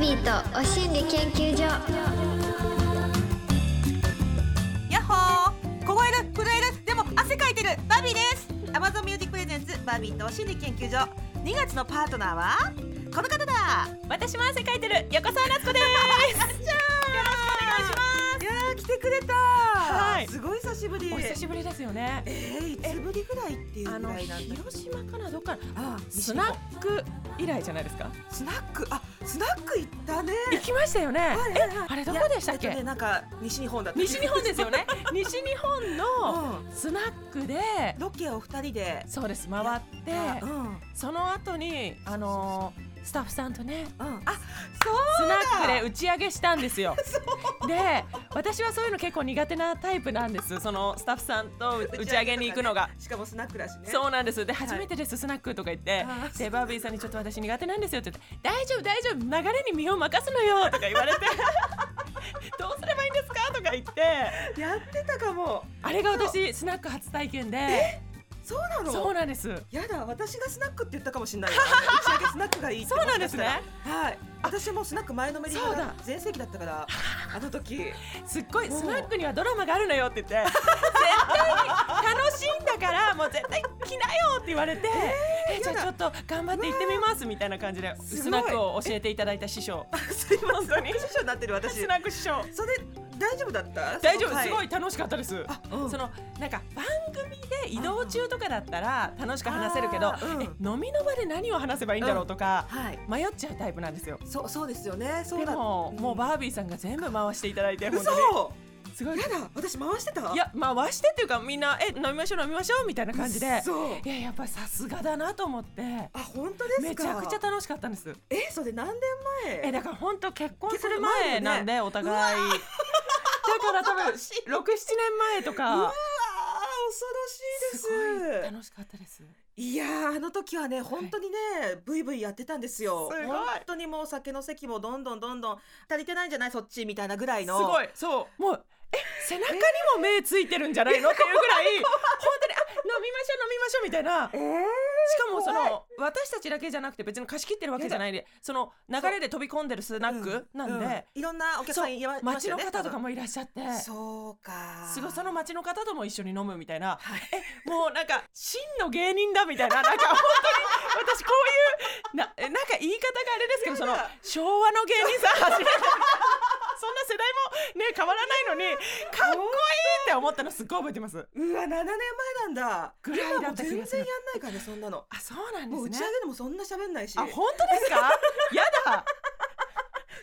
ビーとお心理研究所やっほー凍える震えるでも汗かいてるバービーです Amazon Music Presents バービーと心理研究所2月のパートナーはこの方だ私も汗かいてる横澤夏子ですよろしくお願いしまいやー来てくれたはいすごい久しぶりすお久しぶりですよねえー、いつぶりぐらいっていうあぐのらいなんだ広島かなどっからあスナック以来じゃないですかスナックあスナック行ったね行きましたよねはいはいはいあれどこでしたっいけやえとねなんか西日本だった西日本ですよね西日本のうスナックでん、ロケを二人でそうです回ってうんうんその後にあのースタッフさんとねあそうスナックで打ち上げしたんですよ。で私はそういうの結構苦手なタイプなんですそのスタッフさんと打ち上げに行くのが。しかもスナックだしねそうなんですでい初めてです、スナックとか言ってあーでバービーさんにちょっと私苦手なんですよって言って大丈夫大丈夫流れに身を任すのよとか言わ れてどうすればいいんですかとか言ってやってたかもあれが私スナック初体験でそうなのそうなんですやだ私がスナックって言ったかもしれないよ打ち上げスナックがいいってそうなんですねもしかしたらはい私もスナック前のめりそうがだ全盛期だった からあの時すっごいもうスナックにはドラマがあるのよって言って 絶対に楽しいんだからもう絶対来なよって言われて、えじゃあやちょだっと頑張って行ってみますみたいな感じですごいスナックを教えていただいた師 匠すいません本当に師匠になってる私スナック師匠それ大丈夫だった大丈そ夫のす回ごい楽しかったです。あうんそのなんか番組で移動中とかだったら楽しく話せるけどあ、ーうんえ飲みの場で何を話せばいいんだろうとか、はい迷っちゃうタイプなんですよ。そうそうですよねそうでだも、んもうバービーさんが全部回していただいて本当に嘘すごいやだ私回してたいや回してっていうかみんなえ飲みましょう飲みましょうみたいな感じでそういややっぱさすがだなと思ってあ本当ですかめちゃくちゃ楽しかったんですえそれ何年前えだから本当結婚する結婚する前よね前なんでお互いだから多分67年前とうわかー恐すろしいごいです楽しかったですいやーあの時はね本当にね、ブイブイやってたんですよすごい本当にもう酒の席もどんどんどんどん足りてないんじゃないそっちみたいなぐらいすのごいそうもうえ背中にも目ついてるんじゃないのっていうぐらい本当にあ飲みましょう飲みましょうみたいなえーしかもそ怖いの私たちだけじゃなくて別に貸し切ってるわけじゃないでその流れで飛び込んでるスナックなんうでいろんなお客そさうんいまいまし町たよねの方とかもいらっしゃって多分そうかすごいその町の方とも一緒に飲むみたいなはいもうなんか真の芸人だみたいななんか本当に私こういうなえなんか言い方があれですけどそのやだ昭和の芸人さん初めてそんな世代もね変わらないのにかっこいいって思ったのすっごい覚えてます。うわ7年前なんだぐらいだった気がす今もう全然やるんないからねそんなのあそうなんでもう打すちね上げ。でもそんな喋んないしあ本当ですか？やだ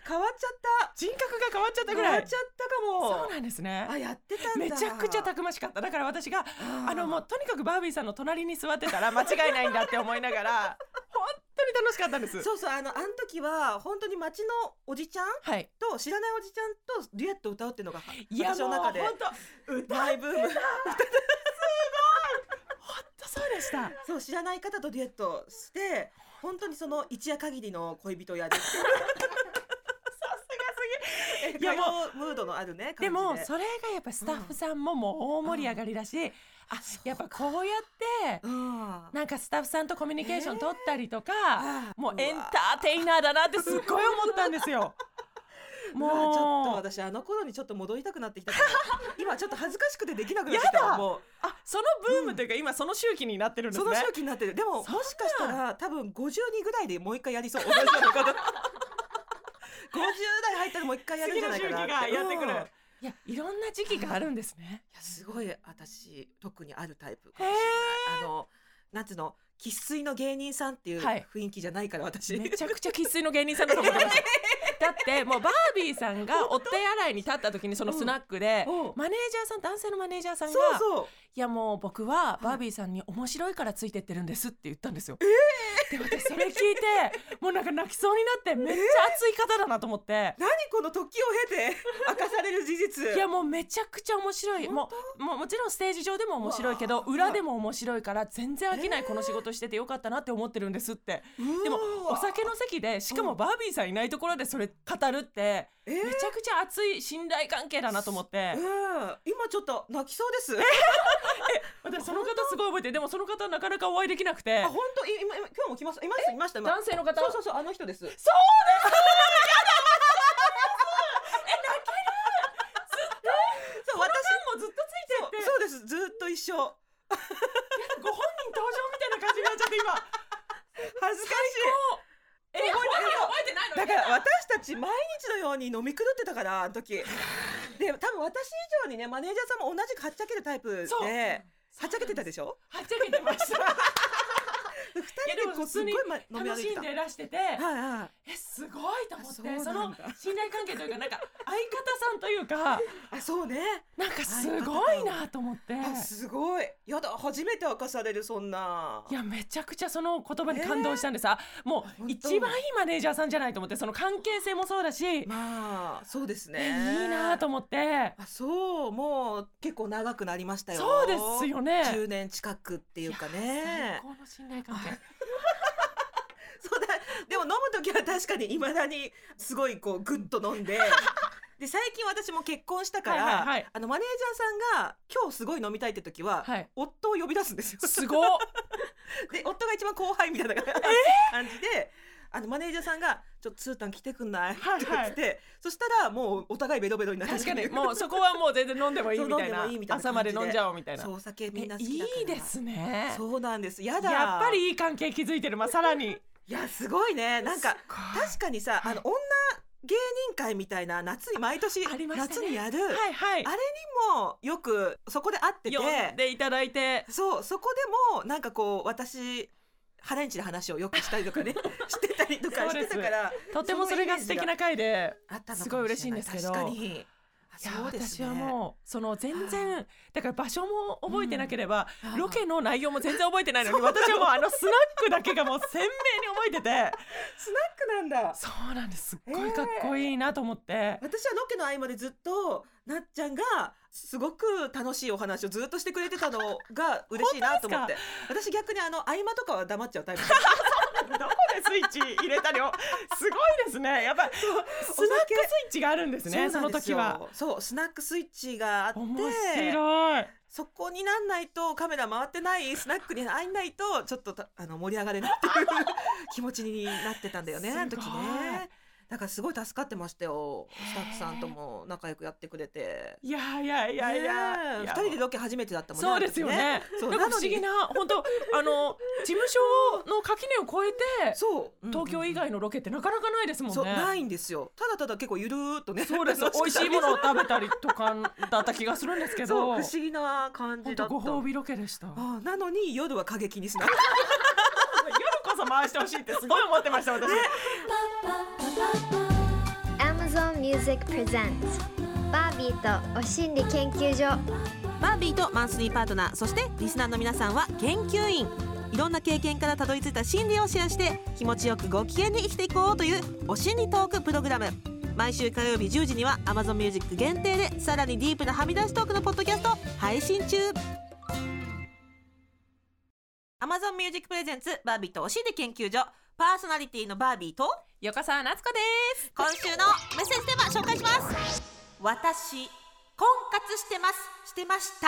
変わっちゃった人格が変わっちゃったぐ変わらっいち。ゃったかもそうなんですね。あやってたんめだちゃくちゃたくましかっただから私があーあのもうとにかくバービーさんの隣に座って たら間違いないんだって思いながら本当に楽しかったんですそうそうあのあの時は本当に町のおじちゃんはいと知らないおじちゃんとデュエットを歌うっていうのがいや私のもう中本で当マイブーム本当そうでしたそう知らない方とデュエットして本当にその一夜限りの恋人 やでいややもうもうムードのあるね感じででもそれがやっぱスタッフさんももう大盛り上がりだし、あやっぱこうやってうんなんかスタッフさんとコミュニケーション取ったりとか、あもうエンわターテイナーだなってすっごい思ったんですようわちょっと もう私あの頃にちょっと戻りたくなってきたか も今ちょっと恥ずかしくてできなくなってきたやだもうあそのブームというか、今その周期になってるんですそねの周期になってるでももそんなしかしたら多分52ぐらいでもう一回やりそう同じような 方50代入ったらもう一回やるんじゃないかなって次の周期がやってくるうんいいやいろんな時期があるんですねやすごい私特にあるタイプかへもしれないえあの、なんつうの、生粋の芸人さんっていうはい雰囲気じゃないから、私。 めちゃくちゃ生粋の芸人さんだと思って ましただってもうバービーさんがお手洗いに立った時にそのスナック でうんうんマネージャーさん男性のマネージャーさんがそうそう。いやもう僕はバービーさんに面白いからついてってるんですって言ったんですよ、で私それ聞いてもうなんか泣きそうになってめっちゃ熱い方だなと思って、何この時を経て 明かされる事実。いやもうめちゃくちゃ面白いもうもうもちろんステージ上でも面白いけうどわー裏でも面白いから全然飽きないこの仕事しててよかったなって思ってるんですってでもうわお酒の席でしかもバービーさんいないところでそれ語るってえめーちゃくちゃ熱い信頼関係だなと思ってうん、今ちょっと泣きそうです。私その方すごい覚えてでもその方なかなかお会いできなくてあ、本当、い今、今今日も来ます。いました、いました。今男性の方そうそうそう、あの人です。そうです。やと一緒ご本人登場みたいな感じになっちゃって今恥ずかしいえ本人覚えてないのだから私たち毎日のように飲み狂ってたからあの時で多分私以上にねマネージャーさんも同じくはっちゃけるタイプそうではっちゃけてたでしょはっちゃけてました二いやで人もでこう普すっご通にいま飲み歩楽いてしたんはいでらしててはいえすごいと思っあそてうなんだその信頼関係というかなんか相方さんというかあそうねなんかすごいなと思ってあすごいやだ初めて明かされるそんないやめちゃくちゃその言葉に感動したんでさ、もう本当一番いいマネージャーさんじゃないと思ってその関係性もそうだし、まあそうですねえいいなと思ってあそうもう結構長くなりましたよそうですよね10年近くっていうか最ね高の信頼関係そうだでも飲む時は確かにいまだにすごいこうグッと飲ん でで最近私も結婚したから、はいはいはいあのマネージャーさんが今日すごい飲みたいって時は、はい夫を呼び出すんですよ。すごっ で夫が一番後輩みたいな感じで。あのマネージャーさんが「ちょっとツータン来てくんない?」ってはい言はいって、そしたらもうお互いベロベロになって確か にもうそこはもう全然飲んでもいいみたいそうな飲んでもいいみたいな朝感まじでで飲んじゃおうみたいなそうお酒みんな好えきだからいいですねそうなんですやだやっぱりいい関係築いてるまあさらにいやすごいね なんか確かにさ、はいあの女芸人会みたいな夏に毎年、ありましたね夏にやる、はいはいあもうよくそこで会って呼んてでいただいてそうそこでもなんかこう私ハレンチの話をよくしたりと かねしてたりとかしてたからとてもそれが素敵な回であったのかもしれなすごい嬉しいんですけど確かにあいやそうです私ねはもうその全然だから場所も覚えてなければ、うんロケの内容も全然覚えてないのにそうなの私はもうあのスナックだけがもう鮮明に覚えててスナックなんだそうなんですすっごいかっこいいなと思って、私はロケの合間でずっとなっちゃんがすごく楽しいお話をずっとしてくれてたのが嬉しいなと思って私逆にあの合間とかは黙っちゃうタイプどこでスイッチ入れたりをすごいですねやっぱスナックスイッチがあるんですねそそうなんのです時よはそうスナックスイッチがあって面白いそこになんないとカメラ回ってないスナックに入んないとちょっとたあの盛り上がれないっていう気持ちになってたんだよねすごいあの時ねだからすごい助かってましたよスタッフさんとも仲良くやってくれていやいやいやいやねえい二や人でロケ初めてだったもんねそうですよあのね時そうなんかな不の思議にな本当あの事務所の垣根を越えてそううん東京以外のロケってなかなかないですもんねそうないんですよただただ結構ゆるーっとねそうです美味しいものを食べたりとかだった気がするんですけそう不ど思議な感じ本だ当ったご褒美ロケでしたあなのに夜は過激にスナック夜こそ回してほしいってすごい思ってました私 Amazon Music Presents バービーとお心理研究所バービーとマンスリーパートナーそしてリスナーの皆さんは研究員いろんな経験からたどり着いた心理をシェアして気持ちよくご機嫌に生きていこうというお心理トークプログラム毎週火曜日10時には Amazon Music 限定でさらにディープなはみ出しトークのポッドキャストを配信中 Amazon Music プレゼンツバービーとお心理研究所パーソナリティのバービーと横澤夏子です今週のメッセージテーマ紹介します私婚活してますしてました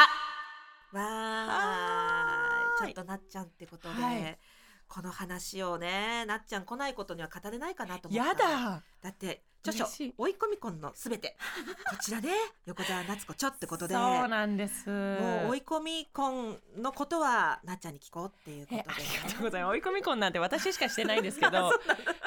わはーーいいちょっとなっちゃんってことで、はいこの話をねなっちゃん来ないことには語れないかなと思ったやだだって著嬉し書い「追い込み婚のすべて」こち らね横澤夏子著ってことでそうなんですもう追い込み婚のことはなっちゃんに聞こうっていうこえとあで、りがとうございます追い込み婚なんて私しかしてない んですけど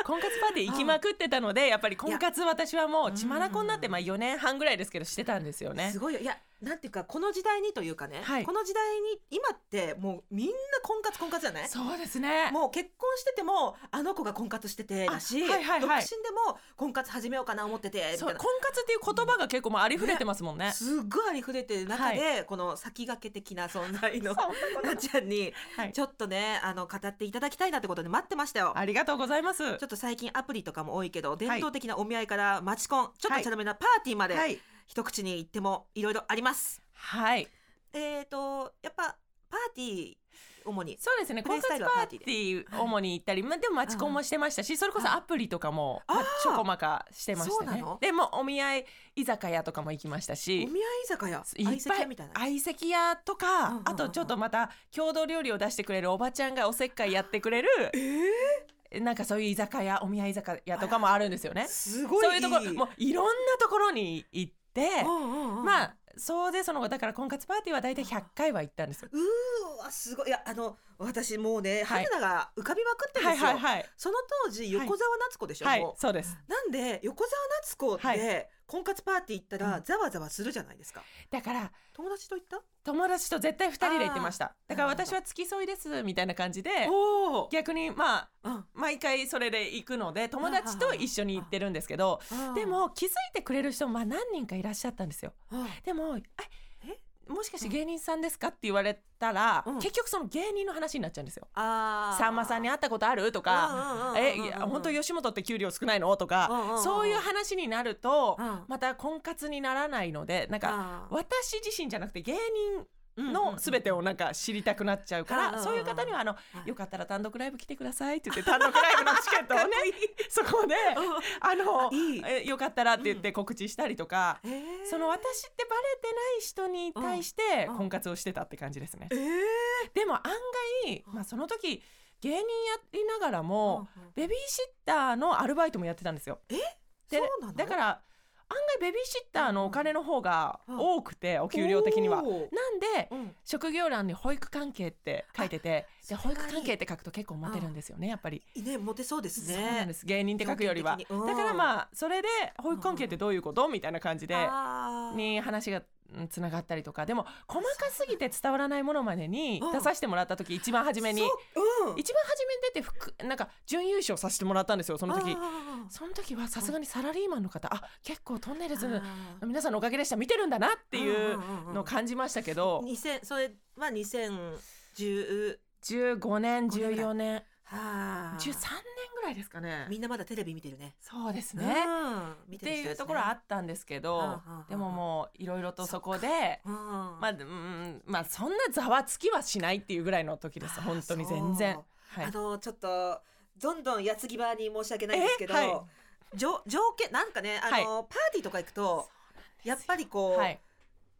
婚活パーティー行きまくってたのでやっぱり婚活私はもう血眼になってまあ4年半ぐらいですけどしてたんですよねす。ごいよいやなんていうかこの時代にというかね、はいこの時代に今ってもうみんな婚活婚活じゃないそうですねもう結婚しててもあの子が婚活しててだし、あはいはいはい独身でも婚活始めようかな思っててみそたうい婚活っていう言葉が結構もうありふれてますもんね。なすっごいありふれてる中で、この先駆け的な存在 のなっちゃんにはいちょっとねあの語っていただきたいなってことで待ってましたよ。ありがとうございます。ちょっと最近アプリとかも多いけど伝統的なお見合いからマチコン、ちょっとチャラめなパーティーまで、はい、一口に言ってもいろいろあります。はい、えー、とやっぱパーティー主にそうですねプレ婚イスタイ活ルはパパーーティーでティー主に行ったり、まあ、でも待ちコンもしてましたしそれこそアプリとかも、あーまあちょこまかしてましたそうなねの。でもうお見合い居酒屋とかも行きましたお見合いし居酒屋いっぱい相席屋みたいな。相席屋とか、うんうんうんうんあとちょっとまた郷土料理を出してくれるおばちゃんがおせっかいやってく れる、なんかそういう居酒屋お見合い居酒屋とかもあるんですよね。すごいそういうところもういろんなところに行ってうんうんうんまあそうでその後だから婚活パーティーは大体100回は行ったんですよ。うーわすごいいやあの私もうねはい花田が浮かびまくってるんはでいすよ、はいはいその当時横澤夏子でしょ、はいもそうです。うなんで横澤夏子っはて婚活パーティー行ったらざわざわするじゃないですか、だから友達と行った友達と絶対2人で行ってました。だからなるほど私は付き添いですみたいな感じでおー逆にまあうん毎回それで行くので友達と一緒に行ってるんですけどあーでも気づいてくれる人もまあ何人かいらっしゃったんですよ。あでもえもしかして芸人さんですかって言われたら、うん結局その芸人の話になっちゃうんですよ。あーさんまさんに会ったことあるとか、うんうんうんうんえいや本当吉本って給料少ないのとか、うんうんうんそういう話になると、うんまた婚活にならないのでなんかあー私自身じゃなくて芸人うんのうん全てをなんか知りたくなっちゃうかうら、んうんうんそういう方にはあの、いよかったら単独ライブ来てくださいって言って単独ライブのチケッ トをねそこであのあいいえよかったらって言って告知したりとか、えーその私ってバレてない人に対してうんうん婚活をしてたって感じですねえ。ーでも案外う、んまあ、その時芸人やりながらうんうもんベビーシッターのアルバイトもやってたんですよ。そでうなのだから案外ベビーシッターのお金の方がうん多くてお給料的には。おーなんでうん職業欄に保育関係って書いててであそ保れが育いい関係って書くと結構モテるんですよねやっぱり。ねモテそうですねそうなんです芸人って書くよりは。表現だ的にうんからまあそれで保育関係ってどういうことみたいな感じであーに話がうんつながったりとかでも細かすぎて伝わらないものまでに出させてもらった時一番初めにそううん一番初めに出てふくなんか準優勝させてもらったんですよその時あーその時はさすがにサラリーマンの方あ結構トンネルズのあー皆さんのおかげでした見てるんだなっていうのを感じましたけど二千それは2010 15年14年はあ13年ぐらいですかねみんなまだテレビ見てるね。そうですねうん、見っていうところはあったんですうんけうんどうんうんでももういろいろとそこでうん、ままあ、うん、まあそんなざわつきはしないっていうぐらいの時です本当に全然そうはいあのちょっとどんどん矢継ぎ場に申し訳ないんですけど、えはじょ条件なんかねあの、パーティーとか行くとやっぱりこう、はい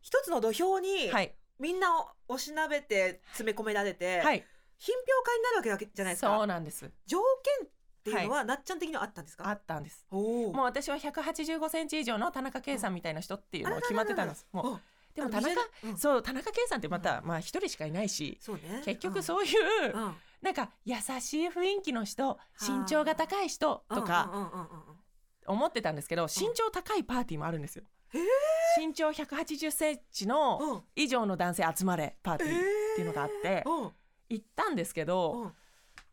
一つの土俵に、はいみんなをおしなべて詰め込められて、はい品評会になるわけじゃないですそうか。なんです条件っていうのは、なっちゃん的にはあったんですあか？ったんですおーもう私は185センチ以上の田中圭さんみたいな人っていうのは決まってたんですあららららもうでもあ田中ビジュアルうんそう田中圭さんってまたまあ一人しかいないしそうね。結局うそういううんなんか優しい雰囲気の人身長が高い人とかうんうんうんうんうん思ってたんですけど身長高いパーティーもあるんですよへー身長180センチのうん以上の男性集まれパーティーっていうのがあってうん行ったんですけどうん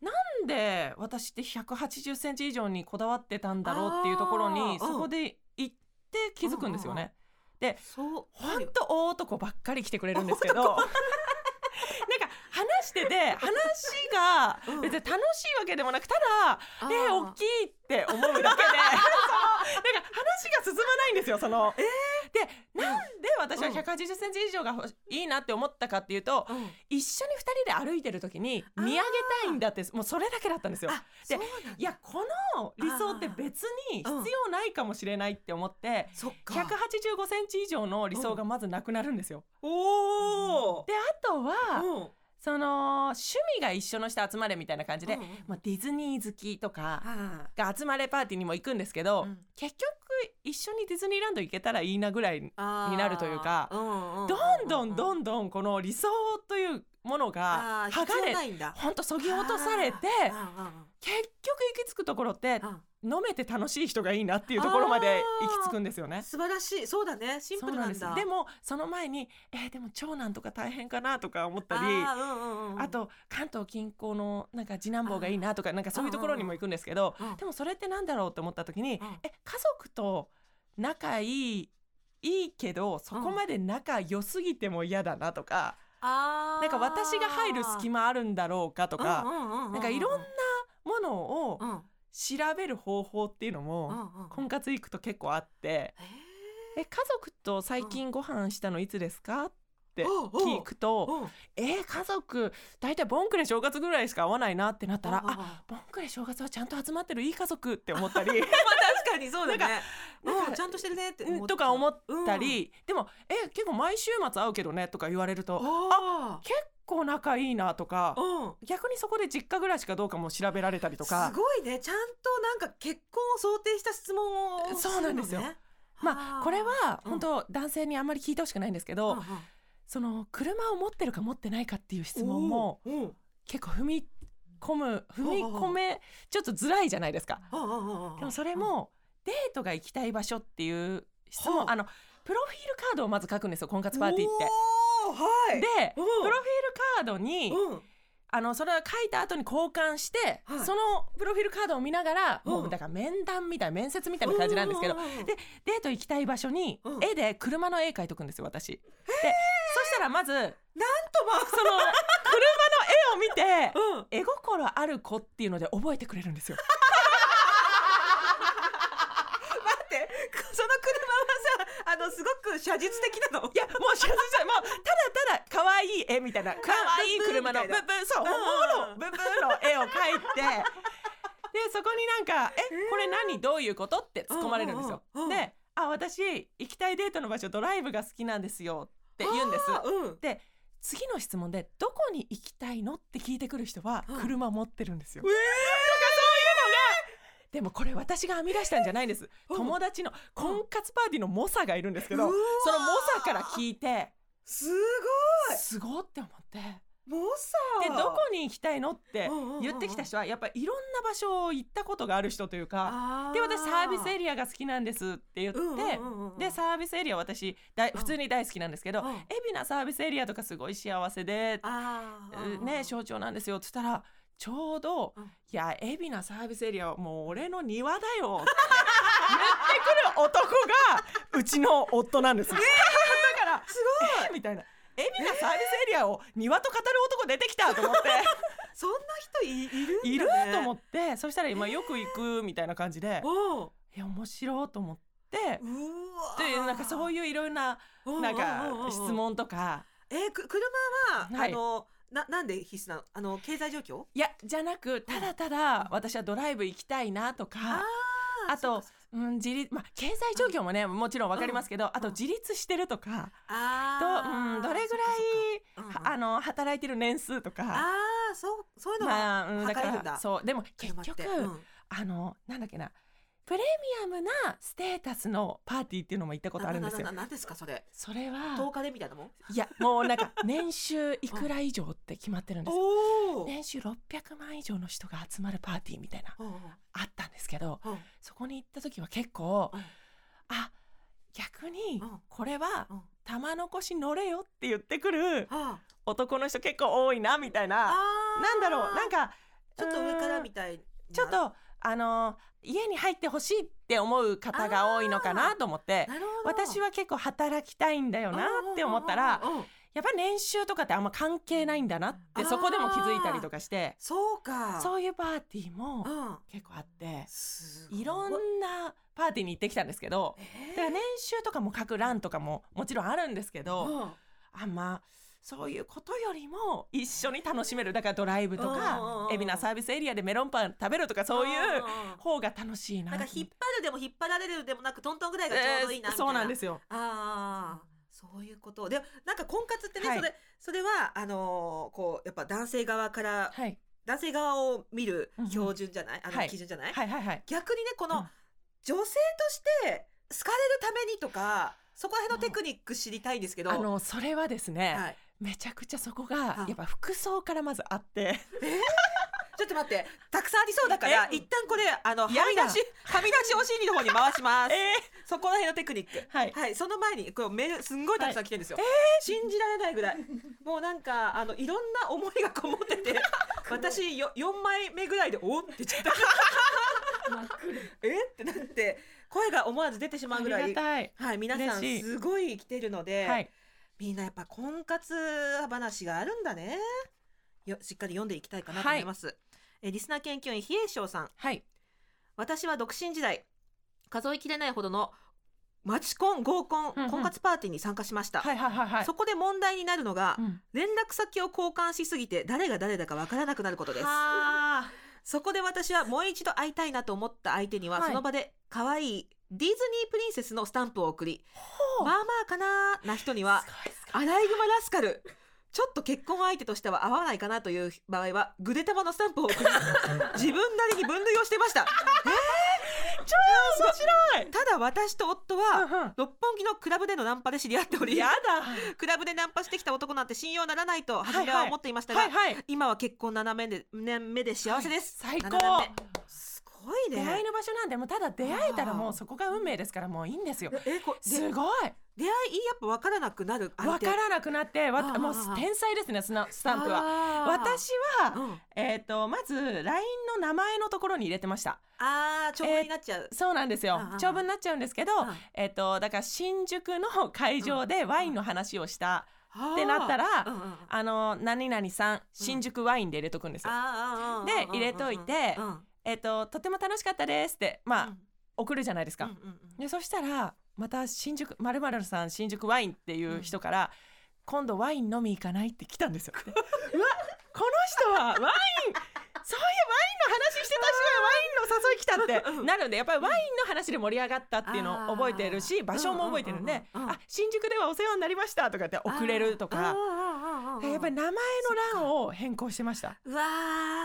なんで私って180センチ以上にこだわってたんだろうっていうところあーうんにそこで行って気づくんですよね。そうほんと大男ばっかり来てくれるんですけどなんか話してて話がうん別に楽しいわけでもなくただ「あーえー、大きい!」って思う だけでそうなんか話が進まないんですよその。でなんで私はうん1 8 0センチ以上が欲しいいなって思ったかっていうと、うん一緒に2人で歩いてる時に見上げたいんだってもうそれだけだったんですよ。あそでうなんだいやこの理想って別に必要ないかもしれないって思って。そっ185かセンチ以上の理想がまずなくなるんですよ。おおであとは、うんその趣味が一緒の人集まれみたいな感じで、うんうんまあ、ディズニー好きとかあが集まれパーティーにも行くんですけど、うん結局一緒にディズニーランド行けたらいいなぐらいーになるというかうんうんどんどんどんどんこの理想というものあがー剥が必要れないんだほんとそぎ落とされてあーあ結局行き着くところってーあー飲めて楽しい人がいいなっていうところまで行き着くんですよねあ。素晴らしいそうだねシンプルなんそうだですでもその前にえーでも長男とか大変かなとか思ったりあーあ,、うんうんうんと関東近郊のなんか次男坊がいいなとかなんかそういうところにも行くんですけど、うんでもそれってなんだろうって思った時に、んえ家族と仲いいいいけどそこまで仲良すぎても嫌だなとか、あなんか私が入る隙間間あるんだろうかととか、なんかいろんなものをうんうん調べる方法っていうのうも、んうん婚活行くと結構あって。ええ家族と最近ご飯したのいつですかっておうおう聞くとーうんえー家族大体ボンクレ正月ぐらいしか会わないなってなったらああボンクレ正月はちゃんと集まってるいい家族って思ったり確かにそうだねなんかうんちゃんとしてるねってうんとか思ったりでもえ結構毎週末会うけどねとか言われるあとあ結構仲いいなとかうん逆にそこで実家暮らしかどうかも調べられたりとかすごいねちゃんとなんか結婚を想定した質問をするのねそうなんですよまあこれはうん本当男性にあんまり聞いてほしくないんですけうど、んうんその車を持ってるか持ってないかっていう質問もおーうん結構踏み込む踏み込めちょっと辛いじゃないですか。ああああああでもそれもデートが行きたい場所っていう質は問ああのプロフィールカードをまず書くんですよ婚活パーティーって。おーはいでプうロんフィールカードにうんあのそれを書いた後に交換して、はいそのプロフィールカードを見ながら、うんもうだから面談みたいな面接みたいな感じなんですけど、うううんうんでデート行きたい場所に、うん絵で車の絵描いとくんですよ私。でそしたらまずその とま車の絵を見てあうん絵心ある子っていうので覚えてくれるんですよ。待ってその車はさあのすごく写実的なのいやもう知らずじゃもうただただ可愛い絵みたいな可愛い車のブブンブブンみたいなンそううん本物のブブンの絵を描いてでそこになんか「えこれ何どういうこと?」って突っ込まれるんですようんうんうん。で「あ私行きたいデートの場所ドライブが好きなんですよ」って言うんです。あうん次の質問で「どこに行きたいの?」って聞いてくる人はうん車持ってるんですよ。えーとかそういうのがでもこれ私が編み出したんじゃないんです。うん友達の婚活パーティーの猛者がいるんですけうどわーその猛者から聞いてすごいすごって思ってモでサどこに行きたいのってうんうんうんうん言ってきた人はやっぱりいろんな場所を行ったことがある人というかあーで私サービスエリアが好きなんですって言ってうんうんうんうんでサービスエリア私大うん普通に大好きなんですけどうん海老名サービスエリアとかすごい幸せであーね象徴なんですよって言ったらちょうどうん「いや海老名サービスエリアはもう俺の庭だよ」って言ってくる男がうちの夫なんです。だからすごい みたいな。エビがサービスエリアを庭と語る男出てきたと思っそんな人いいるんだてねいると思ってそしたら今よく行くみたいな感じでおういや面白いと思ってうわでなんかそういいういろんなうなんおうおうおうおかう質問とかえーく車は、はいあのななんで必須なのあの経済状況いやじゃなくただただ私はドライブ行きたいなとかーあとうん自立まあ経済状況もねもちろんわかりますけどあと自立してるとかとあうんーどれぐらそっかそっかういんうんはあの働いてる年数とかあーそうそういうのがまあうんだか測れるんだらそうでも結車って局うんあのなんだっけなプレミアムなステータスのパーティーっていうのも行ったことあるんですよなななななんですかそれそれ10は日でみたいなもんいやもうなんか年収いくら以上って決まってるんですよお年収600万以上の人が集まるパーティーみたいなあったんですけどそこに行った時は結構うんあ逆にうんこれはうん玉残し乗れよって言ってくるあ男の人結構多いなみたいなあなんだろうなんかかちょっと上からうんみたいなちょっとあの家に入ってほしいって思う方が多いのかなと思ってなるほど私は結構働きたいんだよなって思ったらうんうんうんうんやっぱ年収とかってあんま関係ないんだなってそこでも気づいたりとかしてそうかそういうパーティーもうん結構あってすごいろんなパーティーに行ってきたんですけどえだーから年収とかも書く欄とかももちろんあるんですけどうんあんまそういうことよりも一緒に楽しめるだからドライブとうんうんうんかうん海老名サービスエリアでメロンパン食べるとかそういう。ん方が楽しいななんか引っ張るでも引っ張られるでもなくトントンぐらいがちょうどいいなみたいな、そうなんですすよああそういうことでなんか婚活ってね、はいそれそれはあのーこうやっぱ男性側からはい男性側を見るうんうん標準じゃない、あのはい基準じゃない、はいはいはい逆にねこうのん女性として好かれるためにとかそこら辺のテクニック知りたいんですけど、あのそれはですね、はい、めちゃくちゃそこはがいやっぱ服装からまずあってちょっと待ってたくさんありそうだからえ一旦これあのはみやだ出しはみ出しお尻の方に回します、 えそこら辺のテクニックーはいはい、その前にこれメールすんごいたくさん来てるんですよ、信じられないぐらいもうなんかあのいろんな思いがこもってて 私よ4枚目ぐらいで「おっ!」って言っちゃったえってなって声が思わず出てしまあうりぐらがい。たいはい、皆さん嬉しいすごい来てるので、はいみんなやっぱ婚活話があるんだねよしっかり読んでいきたいかなとは思いいます、えリスナー研究員冷え性さんはい私は独身時代数えきれないほどのマチコン合コンうんうん婚活パーティーに参加しました、はいはいはいはいそこで問題になるのが、うん連絡先を交換しすぎて誰が誰だかわからなくなることですはそこで私はもう一度会いたいなと思った相手には、はいその場で可愛いディズニープリンセスのスタンプを送りほうまあまあかなーな人にあはアライグマラスカルちょっと結婚相手としては合わないかなという場合はグデタマのスタンプを 送り自分なりに分類をしてました超面白いただだ私と夫は六本木のクラブでのナンパで知り合っておりやだクラブでナンパしてきた男なんて信用ならないと初めはいははい思っていましたが、はいはい今は結婚7年で年目で幸せです、はい最高7年目すごい出会ねいの場所なんでもうただ出会えたらあもーうそこが運命ですからもういいんですよえこですごい出会いやっぱ分からなくなるわからなくなってわあーもう天才ですねスナスタンプはは私はうん、えっ、とまず LINE の名前のところに入れてましたあー長文になっちゃう、そうなんですよあー長文になっちゃうんですけどうんえっ、とだから新宿の会場でワインの話をしたってなったらあーうんうんあの何々さん新宿ワインで入れとくんですよあーでうんうんうん入れといてうんえっ、ととても楽しかったですってまあ、うん送るじゃないですか、うんうんうんでそしたらまた新宿まるまるさん新宿ワインっていう人から、今度ワイン飲み行かないって来たんで すよ。でうわこの人はワインそういうワインの話してた人がワインの誘い来たってなるんでやっぱりワインの話で盛り上がったっていうのを覚えてるしあー場所も覚えてるんで、うんうんうんうんあ新宿ではお世話になりましたとかって送れるとあかーあーあーあーやっぱり名前の欄を変更してました。うわ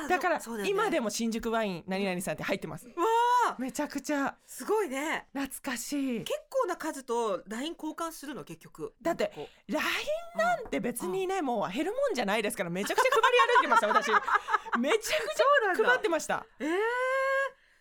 ーだからそそうだよね今でも新宿ワイン何々さんって入ってます。うわーめちゃくちゃすごいね懐かしい。結構な数と LINE 交換するの結局だってこう LINE なんて別にね、もう減るもんじゃないですからめちゃくちゃ配り歩いてました 私めちゃくなんちだゃ配ってましたえー、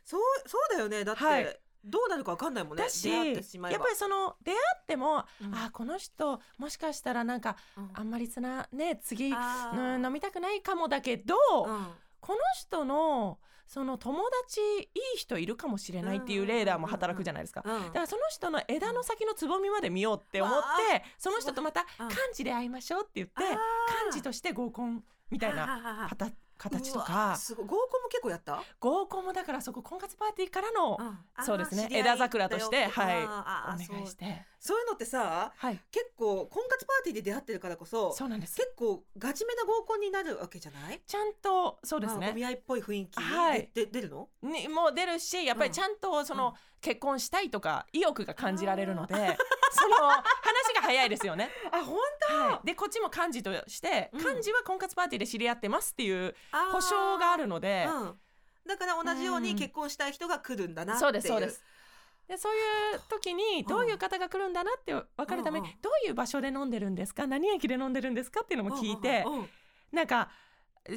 そうそうだよねだって、はいどうなるかわかんないもんねだ出し会っやってぱてしまえりばその出会っても、うんあこの人もしかしたらなんかうんあんまりつなね次あーうん飲みたくないかもだけど、うんこの人のその友達いい人いるかもしれないっていうレーダーも働くじゃないですか、うんだからその人の枝の先のつぼみまで見ようって思ってうんわその人とまたうん漢字で会いましょうって言ってあー漢字として合コンみたいななはた形とうわかすごい合コンも結構やった、合コンもだからそこ婚活パーティーからのあーそうですね知り合い枝桜としてだよはいおあーあー願いしそうてそういうのってさはい結構婚活パーティーで出会ってるからこそそうなんです結構ガチめな合コンになるわけじゃないちゃんとそうですまあお見ね合いっぽい雰囲気で、はいで出るのにもう出るしやっぱりちゃんとそうんの結婚したいとか意欲が感じられるので その話が早いで すよね。あ本はい、でこっちも幹事としてうん幹事は婚活パーティーで知り合ってますっていう当保証があるのでうん、だから同じようにうん結婚したい人が来るんだなっていそううですそうです。でそういう時にどういう方が来るんだなって分かるためにうんうんどういう場所で飲んでるんですか何駅で飲んでるんですかっていうのも聞いてうんうんうんなんか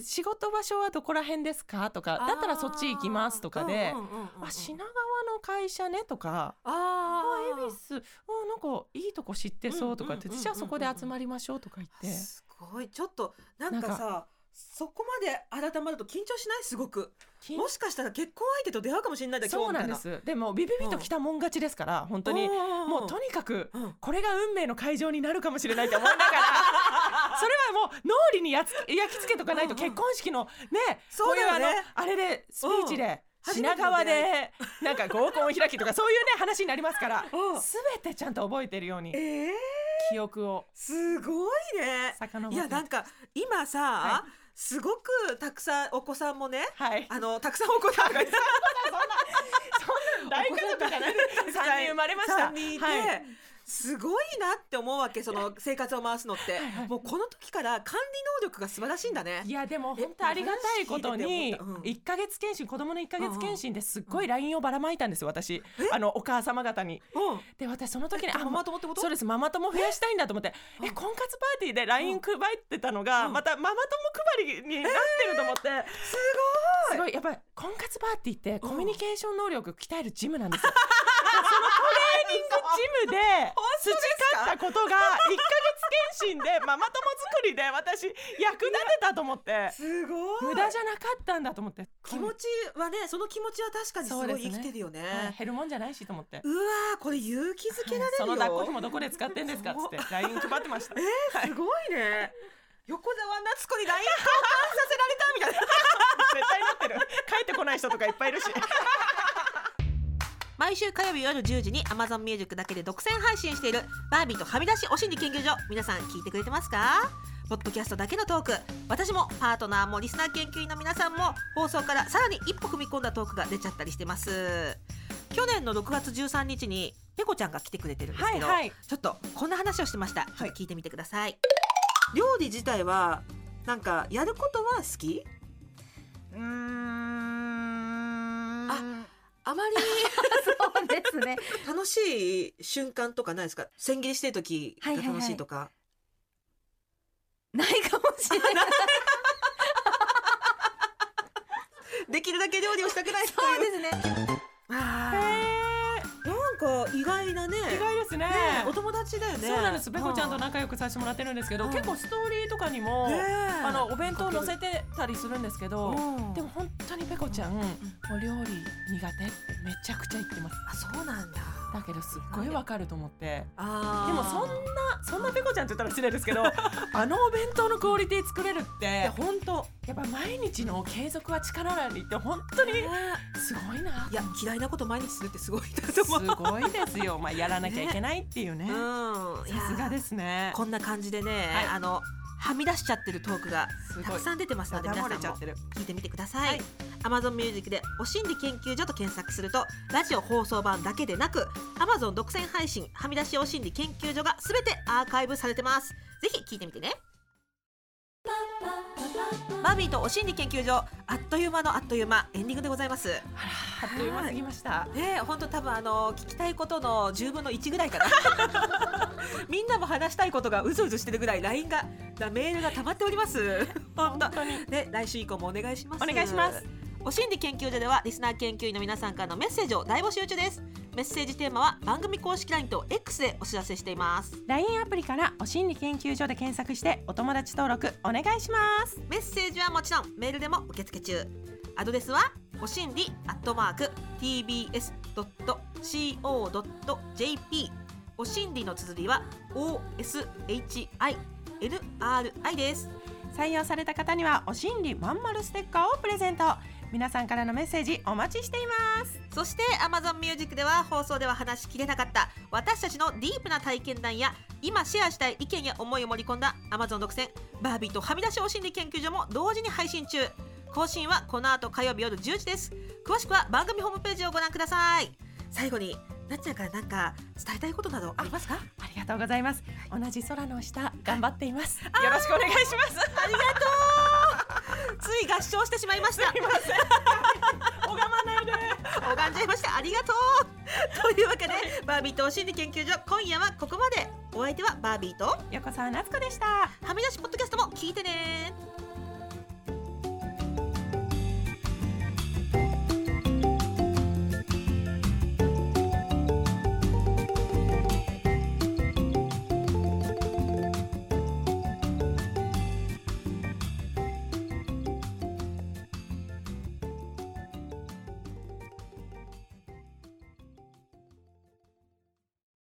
仕事場所はどこら辺ですかとかだったらそっち行きますとかでうんうんうんうんあ品川の会社ねとかああー恵比寿うんなんかいいとこ知ってそうとか言ってうんうんうんうんうんじゃあそこで集まりましょうとか言ってすごいちょっとなんかなんさそこまで改まると緊張しないすごく緊もしかしたら結婚相手と出会うかもしれないんだそう今な日んみでたいすでもビビビと来たもん勝ちですから本当になもうとににかくうんこれが運命の会場になるかもしれないって思 いながらそれはもう脳裏にやつ焼き付けとかないとうんうん結婚式のねそこううだいうよあねのあれでスピーチでうん品川でなんか合コンを開きとかそういうね話になりますからうん全てちゃんと覚えてるようにえー、記憶をすごいね遡っいてやなんか今さ、はすごくたくさんお子さんもねはいあのたくさんお子さんがいた大家族じゃない3 人生まれました3人いて、はいすごいなって思うわけその生活を回すのっていはいもうこの時から管理能力が素晴らしいんだねいやでもえ本当ありがたいこと話聞いにてて思ったうん1ヶ月検診子供の1ヶ月検診ですっごい LINE をばらまいたんですよ私あのお母様方にうんで私その時にママ友もってことそうですママ友増やしたいんだと思ってええ婚活パーティーで LINE 配ってたのが、うんまたママ友配りになってると思って、すすごいやっぱり婚活パーティーってコミュニケーション能力鍛えるジムなん ですよ。だからそのトレーニングジムで当ですか培ったことが1ヶ月検診 でママ友作りで私役立てたと思ってすごい無駄じゃなかったんだと思って気持ちはねその気持ちは確かにすごそうでいすね生きてるよねはい減るもんじゃないしと思ってうわーこれ勇気づけられるよ、その抱っこ紐どこで使ってんですかっつって LINE 配ってました。すごい ね横澤夏子に LINE 交換させられたみたいな絶対なってる帰ってこない人とかいっぱいいる し毎週火曜日夜10時に Amazon ミュージックだけで独占配信しているバービーとはみ出しお心理研究所皆さん聞いてくれてますかポッドキャストだけのトーク私もパートナーもリスナー研究員の皆さんも放送からさらに一歩踏み込んだトークが出ちゃったりしてます去年の6月13日にペコちゃんが来てくれてるんですけど、はいはいちょっとこんな話をしてました、ちょっと聞いてみてください料理自体はなんかやることは好きうーんあまりそうですますね。楽しい瞬間とかないですか千切りしてる時が楽しいとか、ないかもしれない。できるだけ料理をしたくないとそういうですね。 あなんか意外なねー意外ですねねお友達だよねそうなんです。ベコちゃんと仲良くさせてもらってるんですけど、うん結構ストーリーとかにも、ねあのお弁当載せてたりするんですけど、うんでも本当にペコちゃん、もう料理苦手ってめちゃくちゃ言ってます。あそうなんだだけどすっごいわかると思って。あーでもそんなそんなペコちゃんって言ったら失礼ですけど、 あのお弁当のクオリティ作れるっいやて、本当やっぱ毎日の継続は力なりって本当にすごいな。いや嫌いなこと毎日するってすごいな すと思うごいですよ。まあやらなきゃいけないっていうね。うんいやさすがですね。こんな感じでね、はいあのはみ出しちゃってるトークがすたごくい。さん出てますので皆さ黙れんちゃっもてる。聞いてみてください、はい Amazon Music で「お心理研究所」と検索するとラジオ放送版だけでなく Amazon 独占配信「はみ出しお心理研究所」が全てアーカイブされてますぜひ聞いてみてねバービーとお心理研究所あっという間のあっという間エンディングでございますあっという間すぎました。ねえ本当多分あの聞きたいことの10分の1ぐらいかな みんなも話したいことがうずうずしてるぐらい LINE がだメールが溜まっております 本当本当に。ね来週以降もお願いしますお願いしますお心理研究所ではリスナー研究員の皆さんからのメッセージを大募集中ですメッセージテーマは番組公式 LINE と X でお知らせしています LINE アプリからお心理研究所で検索してお友達登録お願いしますメッセージはもちろんメールでも受付中アドレスはおしんりアットマーク tbs.co.jp おしんりの綴りは oshinri です採用された方にはお心理まんまるステッカーをプレゼント皆さんからのメッセージお待ちしていますそして Amazon Music では放送では話しきれなかった私たちのディープな体験談や今シェアしたい意見や思いを盛り込んだ Amazon 独占バービーとはみ出しお心理研究所も同時に配信中更新はこの後火曜日夜10時です詳しくは番組ホームページをご覧ください最後になっちゃんからなんか伝えたいことなどありますかありがとうございます同じ空の下頑張っていますよろしくお願いしますありがとうつい合唱してしまいました拝まないで拝んじゃいましたありがとうというわけでバービーとお心理研究所今夜はここまでお相手はバービーと横澤夏子でしたはみ出しポッドキャストも聞いてね